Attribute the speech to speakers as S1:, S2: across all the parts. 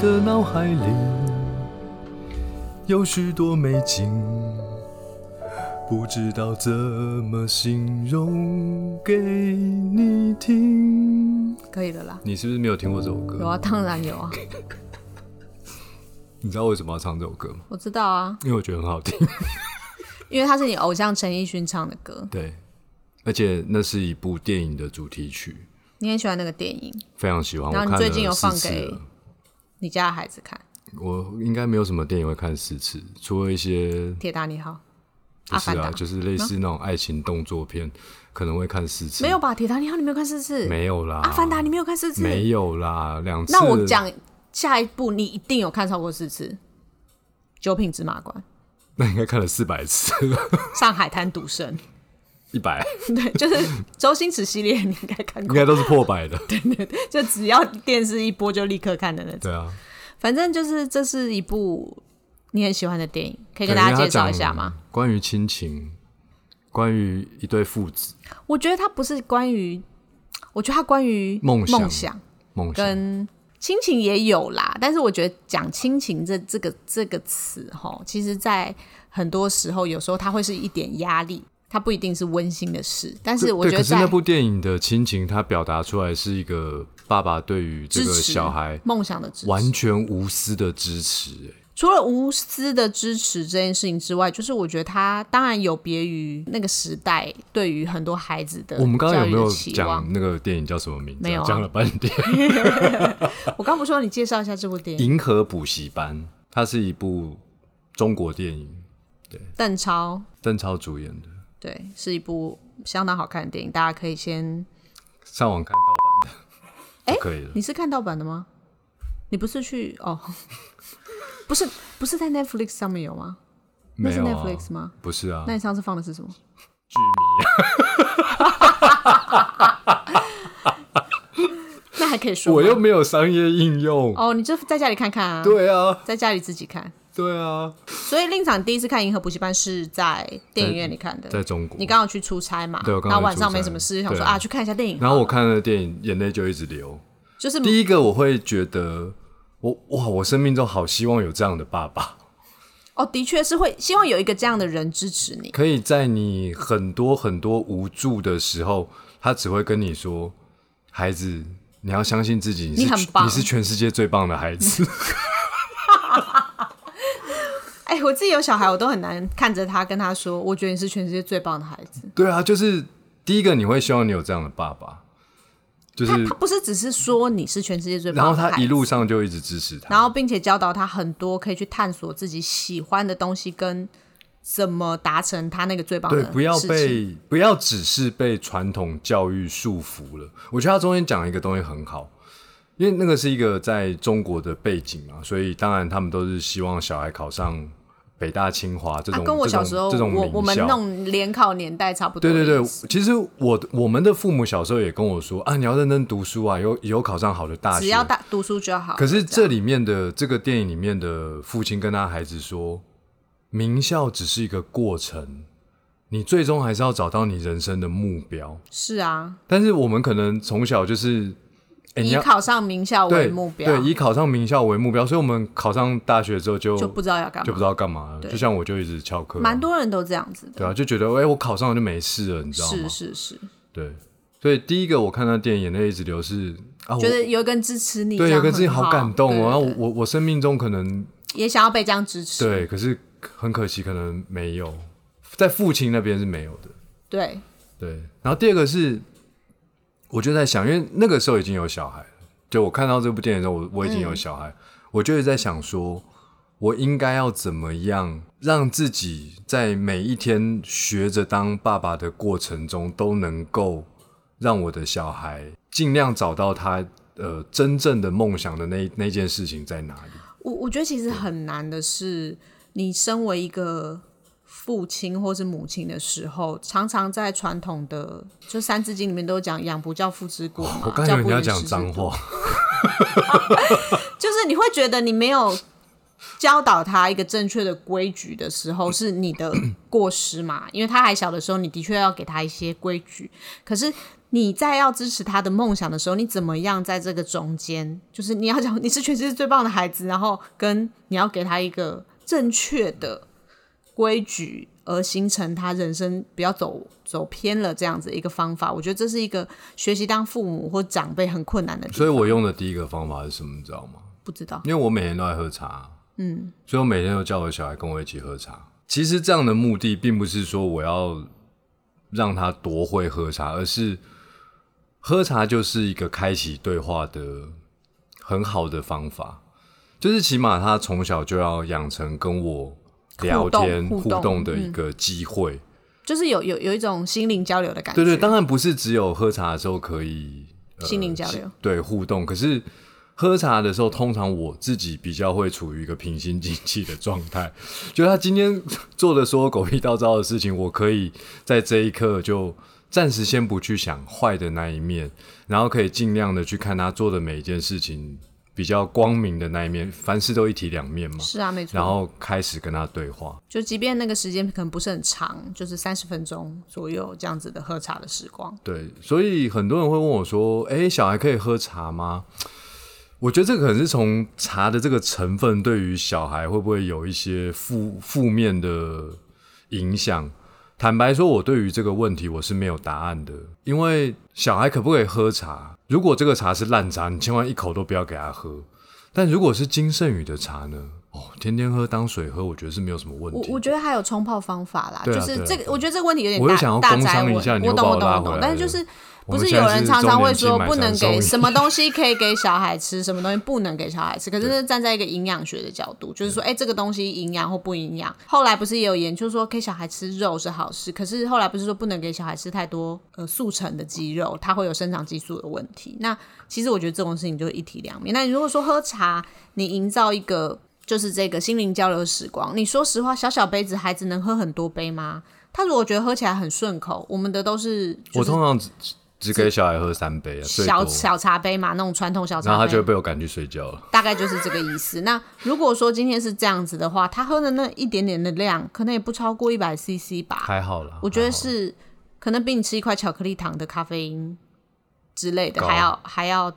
S1: 的脑海里有许多美景，不知道怎么形容给你听。
S2: 可以的啦。
S1: 你是不是没有听过这首
S2: 有
S1: 歌？
S2: 啊，当然 有啊，
S1: 你知道为什么要唱这首歌吗？
S2: 我知道啊，
S1: 因为我觉得很好听。
S2: 因为他是你偶像陈奕迅唱的歌，
S1: 对，而且那是一部电影的主题曲，
S2: 你很喜欢那个电影，
S1: 非常喜欢。
S2: 然后你
S1: 我看了
S2: 最近有放
S1: 四次
S2: 给
S1: 了
S2: 你家的孩子看
S1: 我应该没有什么电影会看四次，除了一些
S2: 《铁达尼号》
S1: 不
S2: 阿
S1: 是
S2: 凡
S1: 啊，
S2: 达
S1: 就是类似那种爱情动作片，可能会看四次。
S2: 没有吧？《铁达尼号》你没有看四次？
S1: 没有啦，
S2: 阿凡达》你没有看四次？
S1: 没有啦，两次。
S2: 那我，讲下一部，你一定有看超过四次，《九品芝麻官
S1: 那应该看了四百次，》
S2: 《上海滩赌圣》，
S1: 一百
S2: 对，就是周星驰系列，你应该看
S1: 应
S2: 过，
S1: 该都是破百 的。
S2: 就只要电视一播就立刻看的那种。
S1: 对啊，
S2: 反正就是这是一部你很喜欢的电影，可以跟大家介绍一下吗？？
S1: 关于亲情，关于一对父子
S2: 我觉得它不是关于，我觉得它关于
S1: 梦想
S2: 梦想
S1: 梦想，
S2: 跟亲情也有啦，但是我觉得讲亲情这这个这个词哈，其实在很多时候有时候它会是一点压力，它不一定是温馨的事，但是我
S1: 对
S2: 觉
S1: 可
S2: 得
S1: 是
S2: 在
S1: 那部电影的亲情，它表达出来是一个爸爸对于这
S2: 支
S1: 个
S2: 持
S1: 小孩
S2: 梦想的支持，
S1: 完全无私的支持、欸
S2: 除了无私的支持这件事情之外，就是我觉得它当然有别于那个时代对于很多孩子的
S1: 我们刚刚有没
S2: 教育
S1: 有
S2: 的期望
S1: 讲那个电影叫什么名字啊？
S2: 没有啊
S1: 讲了半天。
S2: 我刚不是说你介绍一下这部电
S1: 《
S2: 影，
S1: 银河补习班》，它是一部中国电影，
S2: 邓超
S1: 邓超主演的，
S2: 对，是一部相当好看的电影，大家可以先。
S1: 上网看盗版的，就可以了。
S2: 你是看盗版的吗？你不是去哦？ 不是，不是在 Netflix 上面有吗？那
S1: 没
S2: 是
S1: 有啊
S2: Netflix 吗？
S1: 不是啊，
S2: 那你上次放的是什么？
S1: 剧迷啊。
S2: 那还可以说吗
S1: 我又没有商业应用。
S2: 哦，你就在家里看看啊，，
S1: 对啊，
S2: 在家里自己看。
S1: 对啊，
S2: 所以令场第一次看《银河补习班》是在电影院里看的，
S1: 在中国
S2: 你。刚好去出差嘛，
S1: 对我刚
S2: 然
S1: 好去
S2: 后晚上
S1: 出差
S2: 没什么事，想
S1: 对
S2: 说
S1: 啊
S2: 啊，去看一下电影。
S1: 然后我看了电影，眼泪就一直流。
S2: 就是
S1: 第一个，我会觉得，我哇，我生命中好希望有这样的爸爸，
S2: 哦，的确是会希望有一个这样的人支持你。
S1: 可以在你很多很多无助的时候，他只会跟你说：“孩子，你要相信自己，你是
S2: 你很棒
S1: 你是全世界最棒的孩子。”
S2: 哎、我自己有小孩，我都很难看着他跟他说，我觉得你是全世界最棒的孩子。
S1: 对啊，就是第一个，你会希望你有这样的爸爸，就
S2: 他
S1: 是
S2: 他，不是只是说你是全世界最
S1: 然
S2: 棒
S1: 后
S2: 的孩子，
S1: 他一路上就一直支持他。
S2: 然后并且教导他很多可以去探索自己喜欢的东西，跟怎么达成他那个最棒的
S1: 对，不要
S2: 事情
S1: 被不要只是被传统教育束缚了。我觉得他中间讲一个东西很好，因为那个是一个在中国的背景嘛，所以当然他们都是希望小孩考上北大清华这
S2: 啊
S1: 种、，
S2: 跟我小时候
S1: 这种这种
S2: 我
S1: 名
S2: 我们
S1: 校
S2: 那种联考年代差不多
S1: 对
S2: 的意
S1: 对
S2: 思。
S1: 对，其实我我们的父母小时候也跟我说啊，你要认真读书啊，有有考上好的大学，
S2: 只要大读书就好。
S1: 可是
S2: 样
S1: 这里面的这个电影里面的父亲跟他孩子说，名校只是一个过程，你最终还是要找到你人生的目标。
S2: 是啊，
S1: 但是我们可能从小就是，哎、你
S2: 以
S1: 要
S2: 考上名校为
S1: 对
S2: 目标，
S1: 对，以考上名校为目标，所以我们考上大学之后就
S2: 就不知道要干
S1: 就不知
S2: 嘛。
S1: 道干嘛了。就像我就一直翘课啊，
S2: 蛮多人都这样子的，
S1: 对啊，就觉得哎、我考上了就没事了，你知道吗
S2: 是？是是，
S1: 对，所以第一个我看到电影眼泪一直流是啊，我
S2: 觉得有一个人支持你，
S1: 对
S2: 这
S1: 有
S2: 样
S1: 个自己
S2: 很
S1: 好感动
S2: 对
S1: 哦，然后
S2: 对
S1: 我我我生命中可能
S2: 对也想要被这样支持。
S1: 对，可是很可惜，可能没有在父亲那边是没有的。
S2: 对，
S1: 对，然后第二个是，我就在想，因为那个时候已经有小孩了，就我看到这部电影的时候，我我已经
S2: 嗯
S1: 有小孩，我就是在想说，我应该要怎么样让自己在每一天学着当爸爸的过程中，都能够让我的小孩尽量找到他呃真正的梦想的那那件事情在哪里。
S2: 我我觉得其实很难的是，你身为一个父亲或是母亲的时候，常常在传统的就《三字经》里面都有讲“养不教，父之过”嘛，
S1: 我刚才
S2: 教
S1: 以为
S2: 不
S1: 你要
S2: 严
S1: 讲
S2: 师之
S1: 脏
S2: 度，
S1: 话，
S2: 就是你会觉得你没有教导他一个正确的规矩的时候，是你的过失嘛？因为他还小的时候，你的确要给他一些规矩，可是你在要支持他的梦想的时候，你怎么样在这个中间，就是你要讲你是全世界最棒的孩子，然后跟你要给他一个正确的规矩，而形成他人生不要走走偏了这样子一个方法。我觉得这是一个学习当父母或长辈很困难的地方。
S1: 所以我用的第一个方法是什么，你知道吗？
S2: 不知道，
S1: 因为我每天都在喝茶，嗯，所以我每天都叫我小孩跟我一起喝茶。其实这样的目的并不是说我要让他多会喝茶，而是喝茶就是一个开启对话的很好的方法，就是起码他从小就要养成跟我聊天
S2: 互动
S1: 互
S2: 互动
S1: 动的一个机会。
S2: 就是有有有一种心灵交流的感
S1: 对
S2: 觉。
S1: 对，当然不是只有喝茶的时候可以、呃
S2: 心灵交流，
S1: 对互动。可是喝茶的时候，通常我自己比较会处于一个平心静气的状态，就他今天做的所有狗屁倒灶的事情，我可以在这一刻就暂时先不去想坏的那一面，然后可以尽量的去看他做的每一件事情比较光明的那一面，凡事都一体两面嘛。
S2: 是啊，没错。
S1: 然后开始跟他对话，
S2: 就即便那个时间可能不是很长，就是三十分钟左右这样子的喝茶的时光。
S1: 对，所以很多人会问我说：“哎、小孩可以喝茶吗？”我觉得这个可能是从茶的这个成分对于小孩会不会有一些负负面的影响。坦白说，我对于这个问题我是没有答案的，因为小孩可不可以喝茶？如果这个茶是烂茶，你千万一口都不要给他喝。但如果是金圣宇的茶呢？哦，天天喝当水喝，我觉得是没有什么问题
S2: 我
S1: 的。
S2: 我觉得还有冲泡方法啦，
S1: 对啊
S2: 就是
S1: 对啊
S2: 这个，
S1: 对啊
S2: 我觉得这个问题有点
S1: 我又想
S2: 大
S1: 要
S2: 大
S1: 工
S2: 宅
S1: 商一
S2: 文，
S1: 下你又
S2: 我懂
S1: 把
S2: 我
S1: 我
S2: 懂
S1: 拉
S2: 我
S1: 回
S2: 懂，
S1: 来
S2: 但
S1: 了
S2: 就是
S1: 我
S2: 不
S1: 们
S2: 是
S1: 现
S2: 有
S1: 在
S2: 人
S1: 是
S2: 常
S1: 重
S2: 常
S1: 点
S2: 会
S1: 期
S2: 说
S1: 买
S2: 不能
S1: 三
S2: 给
S1: 送一
S2: 什么 东西可以给小孩吃，什么东西不能给小孩吃，可是这是站在一个营养学的角度，就是说，哎、这个东西营养或不营养。后来不是也有研究说给小孩吃肉是好事，可是后来不是说不能给小孩吃太多呃速成的鸡肉，它会有生长激素的问题。那其实我觉得这种事情就一体两面。那你如果说喝茶，你营造一个就是这个心灵交流的时光。你说实话，小小杯子孩子能喝很多杯吗？他如果觉得喝起来很顺口，我们的都是就
S1: 我
S2: 是
S1: 通常只只只给小孩喝三杯啊，最
S2: 小
S1: 多，
S2: 小茶杯嘛，那种传统小
S1: 然
S2: 茶
S1: 后他就会
S2: 杯，
S1: 被我赶去睡觉了。
S2: 大概就是这个意思。那如果说今天是这样子的话，他喝的那一点点的量，可能也不超过一百 CC 吧。
S1: 还好啦，
S2: 我觉得
S1: 还好
S2: 是可能比你吃一块巧克力糖的咖啡因之类的
S1: 高
S2: 还要还要，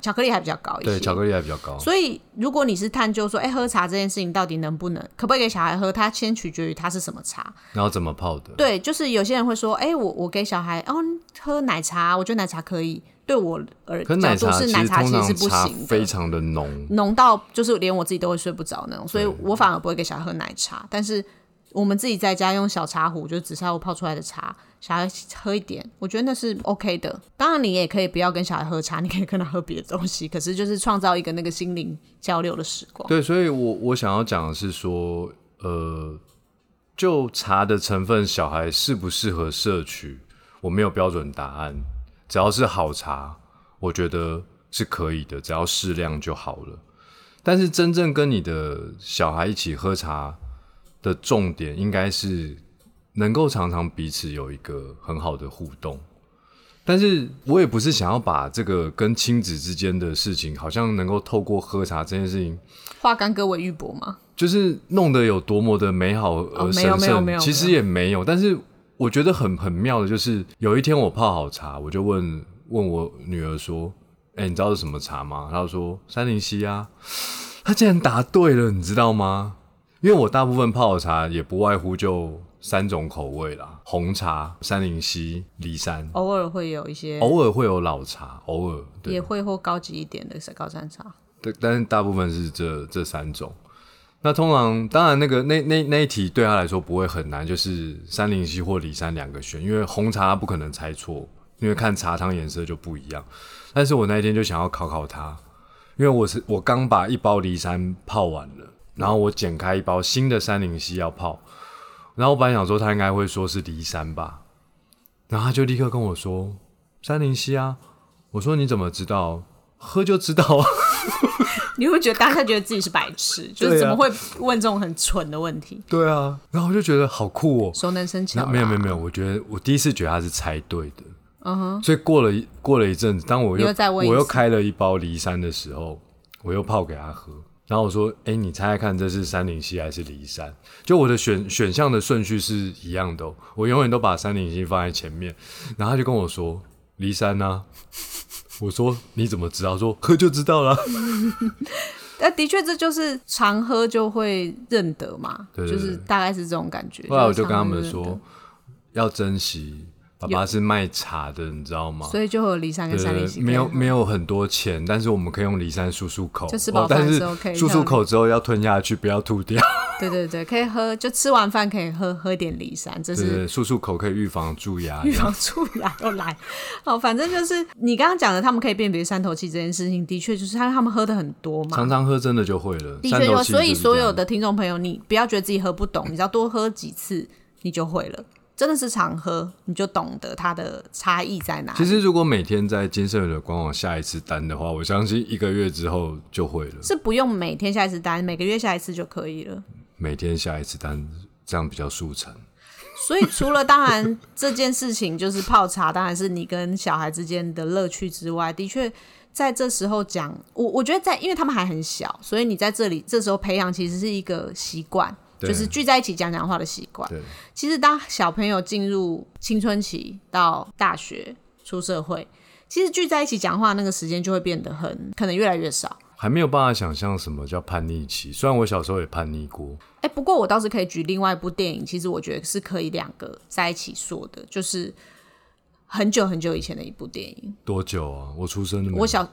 S2: 巧克力还比较高一些。
S1: 对巧克力还比较高。
S2: 所以，如果你是探究说，哎、喝茶这件事情到底能不能，可不可以给小孩喝，它先取决于它是什么茶。
S1: 然后怎么泡的？
S2: 对，就是有些人会说，哎、我我给小孩哦喝奶茶，我觉得奶茶可以。对我而
S1: 可是奶
S2: 角
S1: 茶
S2: 度是
S1: 其
S2: 奶
S1: 实
S2: 茶
S1: 通
S2: 其实是
S1: 常
S2: 不
S1: 茶
S2: 行
S1: 非
S2: 的，
S1: 常的浓，
S2: 浓到就是连我自己都会睡不着那种，所以
S1: 对
S2: 我反而不会给小孩喝奶茶。但是我们自己在家用小茶壶，就是紫砂壶泡出来的茶，小孩喝一点，我觉得那是 OK 的。当然，你也可以不要跟小孩喝茶，你可以跟他喝别的东西，可是就是创造一个那个心灵交流的时光。
S1: 对，所以我我想要讲的是说，呃，就茶的成分，小孩适不适合摄取，我没有标准答案，只要是好茶，我觉得是可以的，只要适量就好了。但是真正跟你的小孩一起喝茶的重点，应该是能够常常彼此有一个很好的互动。但是我也不是想要把这个跟亲子之间的事情，好像能够透过喝茶这件事情
S2: 化干戈为玉帛嘛，
S1: 就是弄得有多么的美好而神
S2: 哦没有没有
S1: 圣，
S2: 没有
S1: 其实也没有。但是我觉得很很妙的，就是有一天我泡好茶，我就问问我女儿说：“哎、你知道是什么茶吗？”她就说：“三零七啊。”她竟然答对了，你知道吗？因为我大部分泡的茶也不外乎就三种口味啦，红茶、三零七、梨山，
S2: 偶尔会有一些，
S1: 偶尔会有老茶，偶尔对。
S2: 也会或高级一点的高山茶。
S1: 对，但是大部分是这这三种。那通常，当然那个那那那一题对他来说不会很难，就是三零七或李三两个选，因为红茶他不可能猜错，因为看茶汤颜色就不一样。但是我那一天就想要考考他，因为我是我刚把一包梨山泡完了，然后我剪开一包新的三零七要泡，然后我本来想说他应该会说是梨山吧，然后他就立刻跟我说三零七啊，我说你怎么知道？喝就知道啊。
S2: 你会觉得当下觉得自己是白 痴，就是
S1: 对啊
S2: 怎么会问这种很蠢的问题？
S1: 对啊，然后我就觉得好酷哦。
S2: 熟能生巧
S1: 那
S2: 啦。
S1: 没有没有没有，我觉得我第一次觉得他是猜对的。嗯哼。所以过了一过了一阵子，当我
S2: 你
S1: 又
S2: 又再问一次
S1: 我又开了一包梨山的时候，我又泡给他喝。然后我说：“哎，你猜猜看，这是三零七还是梨山？”就我的选选项的顺序是一样的哦、我永远都把三零七放在前面。然后他就跟我说：“离山呐、 我说你怎么知道？说喝就知道 了。
S2: 但的确，这就是常喝就会认得嘛，
S1: 对对
S2: 就是大概是这种感觉。
S1: 后来我就
S2: 就是
S1: 跟
S2: 常
S1: 他
S2: 喝
S1: 们
S2: 认得
S1: 说，，要珍惜。爸爸是卖茶的，你知道吗？
S2: 所以就会有离山跟
S1: 对
S2: 山
S1: 对
S2: 梨
S1: 对
S2: 西，
S1: 呃没有没有很多钱，但是我们可以用梨山漱漱口，
S2: 就吃
S1: 哦
S2: 饱饭
S1: 但
S2: 的
S1: 是
S2: 时候可以
S1: 漱
S2: 这
S1: 漱
S2: 样
S1: 口之后要吞下去，不要吐掉。
S2: 对对对，可以喝，就吃完饭可以喝喝一点梨山，这
S1: 对
S2: 是
S1: 对，漱漱口可以预防蛀牙。
S2: 预防蛀牙又来。好，反正就是你刚刚讲的，他们可以辨别三头气这件事情，的确就是他他们喝的很多嘛。
S1: 常常喝真的就会了，
S2: 的
S1: 三
S2: 确
S1: 头
S2: 有，
S1: 气
S2: 所
S1: 是
S2: 以
S1: 不是
S2: 所
S1: 这
S2: 有
S1: 样
S2: 的听众朋友，你不要觉得自己喝不懂，你只要多喝几次，你就会了。真的是常喝，你就懂得它的差异在哪里。
S1: 其实如果每天在金盛宇的官网下一次单的话，我相信一个月之后就会了。
S2: 是不用每天下一次单，每个月下一次就可以了。
S1: 每天下一次单，这样比较速成。
S2: 所以除了当然这件事情就是泡茶，当然是你跟小孩之间的乐趣之外，的确在这时候讲，我我觉得在因为他们还很小，所以你在这里这时候培养其实是一个习惯，
S1: 对
S2: 就是聚在一起讲讲话的习惯。
S1: 对，
S2: 其实当小朋友进入青春期到大学出社会，其实聚在一起讲话那个时间就会变得很可能越来越少。
S1: 还没有办法想象什么叫叛逆期。虽然我小时候也叛逆过，
S2: 哎、不过我倒是可以举另外一部电影，其实我觉得是可以两个在一起说的，就是很久很久以前的一部电影。
S1: 多久啊？我出生的没有
S2: 我小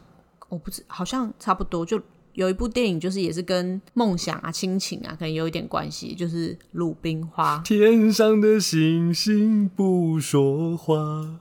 S2: 我不知，好像差不多就有一部电影，就是也是跟梦想啊、亲情啊，可能有一点关系，就是《鲁冰花》。
S1: 天上的星星不说话，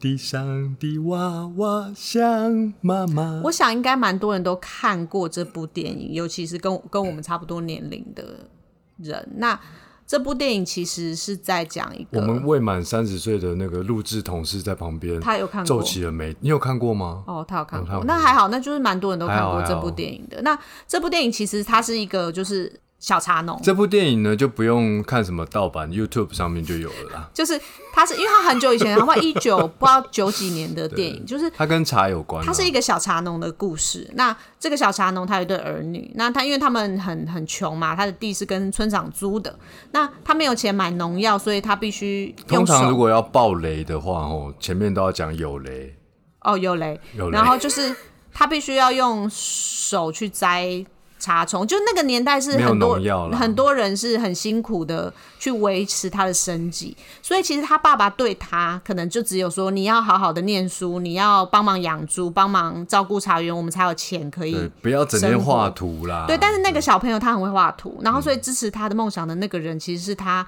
S1: 地上的娃娃想妈妈。
S2: 我想应该蛮多人都看过这部电影，尤其是跟跟我们差不多年龄的人。那这部电影其实是在讲一
S1: 我
S2: 个
S1: 们未满三十岁的那个录制同事在旁边
S2: 他有看过
S1: 皱起了眉，你有看过吗？
S2: 哦，他有看
S1: 有看
S2: 过，
S1: 过
S2: 那还好，那就是蛮多人都
S1: 还
S2: 看
S1: 好
S2: 过
S1: 还
S2: 这部
S1: 好
S2: 电影的。那这部电影其实它是一个就是小茶农，
S1: 这部电影呢，就不用看什么盗版，YouTube 上面就有了啦。
S2: 就是它是因为它很久以前，好 像一九不知道九几年的电影，就是
S1: 它跟茶有关、啊，
S2: 它是一个小茶农的故事。那这个小茶农他有一对儿女，那他因为他们很很穷嘛，他的地是跟村长租的，那他没有钱买农药，所以他必须
S1: 通
S2: 用
S1: 常如
S2: 手
S1: 果要爆雷的话，哦，前面都要讲有雷，
S2: 哦有雷，
S1: 有雷
S2: 然后就是他必须要用手去摘茶虫，就那个年代是
S1: 没有
S2: 很多
S1: 农药啦
S2: 很多人是很辛苦的去维持他的生计，所以其实他爸爸对他可能就只有说你要好好的念书，你要帮忙养猪，帮忙照顾茶园，我们才有钱可以
S1: 对，不要整天画图啦。
S2: 对，但是那个小朋友他很会画图，然后所以支持他的梦想的那个人其实是他。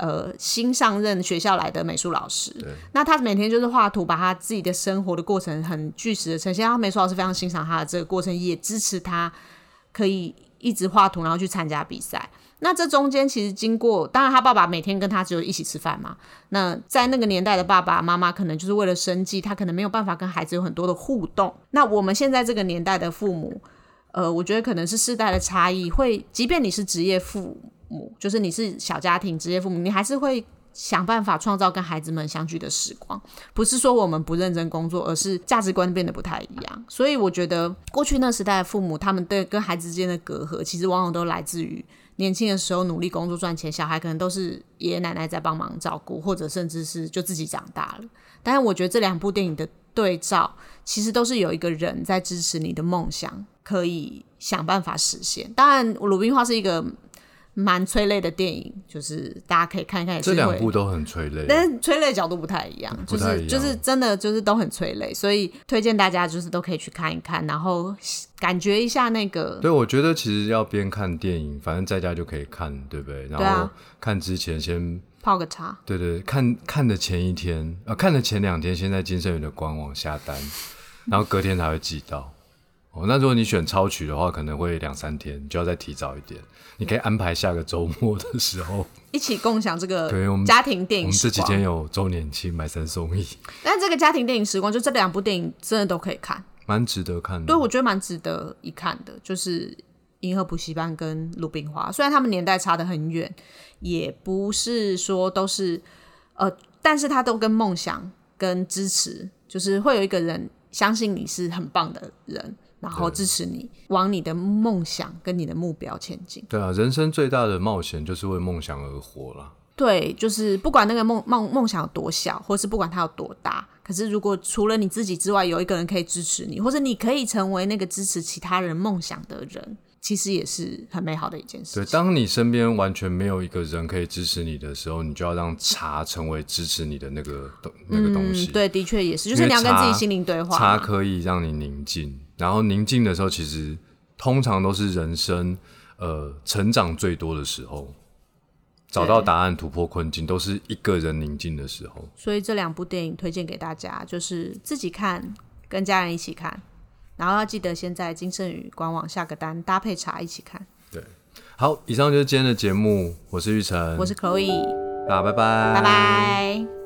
S2: 呃，新上任学校来的美术老师，那他每天就是画图，把他自己的生活的过程很具实的呈现。他美术老师非常欣赏他的这个过程，也支持他可以一直画图，然后去参加比赛。那这中间其实经过，当然他爸爸每天跟他只有一起吃饭嘛。那在那个年代的爸爸妈妈，可能就是为了生计，他可能没有办法跟孩子有很多的互动。那我们现在这个年代的父母，呃，我觉得可能是世代的差异，会即便你是职业父母，就是你是小家庭职业父母，你还是会想办法创造跟孩子们相聚的时光。不是说我们不认真工作，而是价值观变得不太一样。所以我觉得过去那时代的父母，他们对跟孩子之间的隔阂，其实往往都来自于年轻的时候努力工作赚钱，小孩可能都是爷爷奶奶在帮忙照顾，或者甚至是就自己长大了。但是我觉得这两部电影的对照，其实都是有一个人在支持你的梦想，可以想办法实现。当然，《鲁冰花》是一个蛮催泪的电影，就是大家可以看一看也是
S1: 这
S2: 会。
S1: 两部都很催泪。
S2: 但是催泪角度不太一样，
S1: 不
S2: 就
S1: 太
S2: 是
S1: 一样
S2: 就是真的就是都很催泪，所以推荐大家就是都可以去看一看，然后感觉一下那个
S1: 对，我觉得其实要边看电影，反正在家就可以看，对不对？
S2: 对
S1: 然后
S2: 啊
S1: 看之前先，
S2: 泡个茶，
S1: 对对，看看的前一天，呃，看的前两天先在金盛宇的官网下单，然后隔天才会寄到。哦，那如果你选超取的话，可能会两三天，就要再提早一点。你可以安排下个周末的时候。
S2: 一起共享这个
S1: 对我们
S2: 家庭电
S1: 我
S2: 影
S1: 们这
S2: 时
S1: 几天
S2: 光。
S1: 有周年庆，买三送一，
S2: 但这个家庭电影时光，就这两部电影真的都可以看，
S1: 蛮值得看的。
S2: 对我觉得蛮值得一看的，就是。银河补习班跟鲁冰花，虽然他们年代差得很远，也不是说都是呃，但是他都跟梦想跟支持，就是会有一个人相信你是很棒的人，然后支持你往你的梦想跟你的目标前进。
S1: 对啊，人生最大的冒险就是为梦想而活啦。
S2: 对，就是不管那个梦梦梦想有多小，或是不管它有多大，可是如果除了你自己之外，有一个人可以支持你，或者你可以成为那个支持其他人梦想的人，其实也是很美好的一件事
S1: 对，
S2: 情。
S1: 当你身边完全没有一个人可以支持你的时候，你就要让茶成为支持你的那个东那个东西。
S2: 嗯，对，的确也是，就
S1: 因
S2: 是
S1: 为
S2: 你要跟自
S1: 茶
S2: 己心灵对话
S1: 茶
S2: 嘛。
S1: 可以让你宁静，然后宁静的时候，其实通常都是人生呃成长最多的时候，找到答案、突破困境，都是一个人宁静的时候。
S2: 所以这两部电影推荐给大家，就是自己看，跟家人一起看，然后要记得先在金盛宇官网下个单，搭配茶一起看。
S1: 好，以上就是今天的节目，我是玉成嗯
S2: 我，是 Chloe，
S1: 大家拜拜，
S2: 拜拜。